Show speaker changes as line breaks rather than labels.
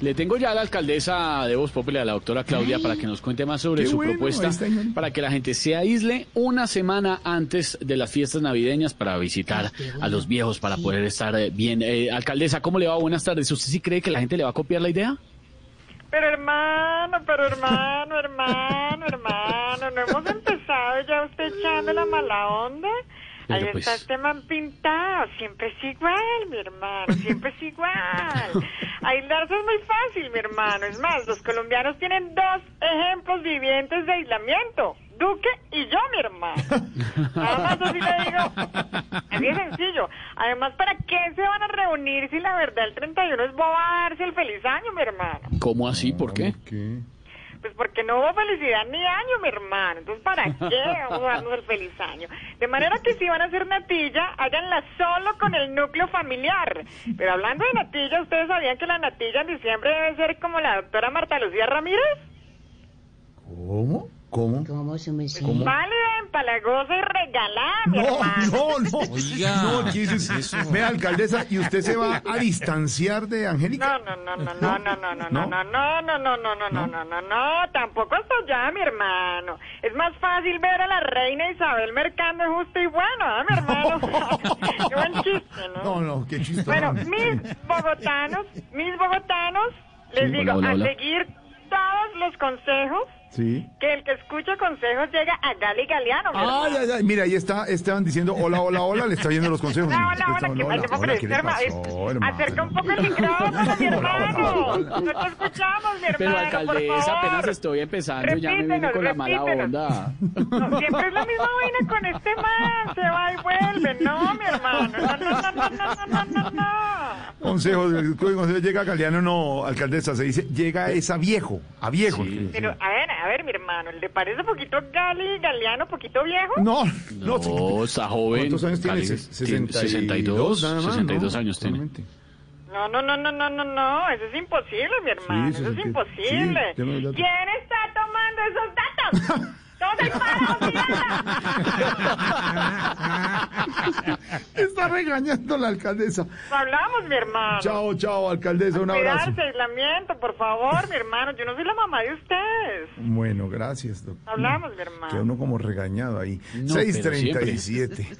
Le tengo ya a la alcaldesa de Voz Populi, a la doctora Claudia, para que nos cuente más sobre
Qué
su
bueno,
propuesta
está genial.
para que la gente se aísle una semana antes de las fiestas navideñas para visitar
Ah,
a los viejos, para poder estar eh, bien. Eh, alcaldesa, ¿cómo le va? Buenas tardes. ¿Usted sí cree que la gente le va a copiar la idea?
Pero hermano, pero hermano, hermano, hermano, no hemos empezado ya usted echando la mala onda. Ahí
Pero, pues.
está este man pintado, siempre es igual, mi hermano, siempre es igual. Aislarse es muy fácil, mi hermano. Es más, los colombianos tienen dos ejemplos vivientes de aislamiento, Duque y yo, mi hermano. Además, así le digo, así de sencillo. Además, ¿para qué se van a reunir si la verdad el 31 es bobarse el feliz año, mi hermano?
¿Cómo así? ¿Por qué?
Pues porque no hubo felicidad ni año, mi hermano. Entonces, ¿para qué vamos a darnos el feliz año? De manera que si van a hacer natilla, háganla solo con el núcleo familiar. Pero hablando de natilla, ¿ustedes sabían que la natilla en diciembre debe ser como la doctora Marta Lucía Ramírez?
¿Cómo? ¿Cómo?
¿Cómo se me
Es Válida, empalagosa y regalada, mi
No,
hermano.
no, no. No, ¿qué dices? Vea, alcaldesa, ¿y usted se va a distanciar de
No,
Angélica?
no, no, no, no, no, no,
¿No?
no, no, no, no, no, no, no, no, no, no, no, tampoco hasta allá, mi hermano. Es más fácil ver a la reina Isabel mercando justo y bueno, ¿ah, mi hermano? Qué buen chiste,
No,
¿no?
no, qué chistoso.
Bueno, mis bogotanos, mis bogotanos,
Sí,
les digo,
hola, hola,
a
hola.
seguir todos los consejos,
Sí.
que el que escucha consejos llega a Gali Galeano, mi
Ay,
hermano.
ay, ay, mira, ahí está Esteban diciendo hola, hola, hola, le está oyendo los consejos.
Hola, hola, hola, ¿qué
Hola,
pasa,
hola, ¿qué le
profesor?
pasó,
Es-
hermano?
Acerca un poco el micrófono, mi hermano.
hola,
No te escuchamos, mi hermano.
Pero
por
alcaldesa,
favor.
apenas estoy empezando, ya me viene
Repítenos,
con la mala
repítenos.
onda.
No, siempre es la misma vaina con este man. Se va y vuelve. No, mi hermano. No, no, no, no, no, no, no, no.
Consejos, el consejo llega Galeano, no, alcaldesa, se dice, llega es a viejo, a viejo.
Pero, a ver, a ver, mi hermano. ¿Le parece poquito Gali, Galeano, poquito viejo?
No, no,
No, está joven.
¿Cuántos años tiene?
Cali-
Se- 62, nada más, ¿no?
62 años tiene.
Solamente.
No, no, no, no, no, no, no. Eso es imposible, mi hermano.
Sí, eso es
eso es
que-
imposible.
sí, tengo los datos.
¿Quién está tomando esos datos? ¡Todos el paro,
Está regañando la alcaldesa.
Hablamos, mi hermano.
Chao, chao, alcaldesa, un abrazo.
Cuidarse, aislamiento, por favor, mi hermano. Yo no soy la mamá de ustedes.
Bueno, gracias, doctor.
Hablamos, mi hermano.
Queda uno como regañado ahí.
No, pero
637.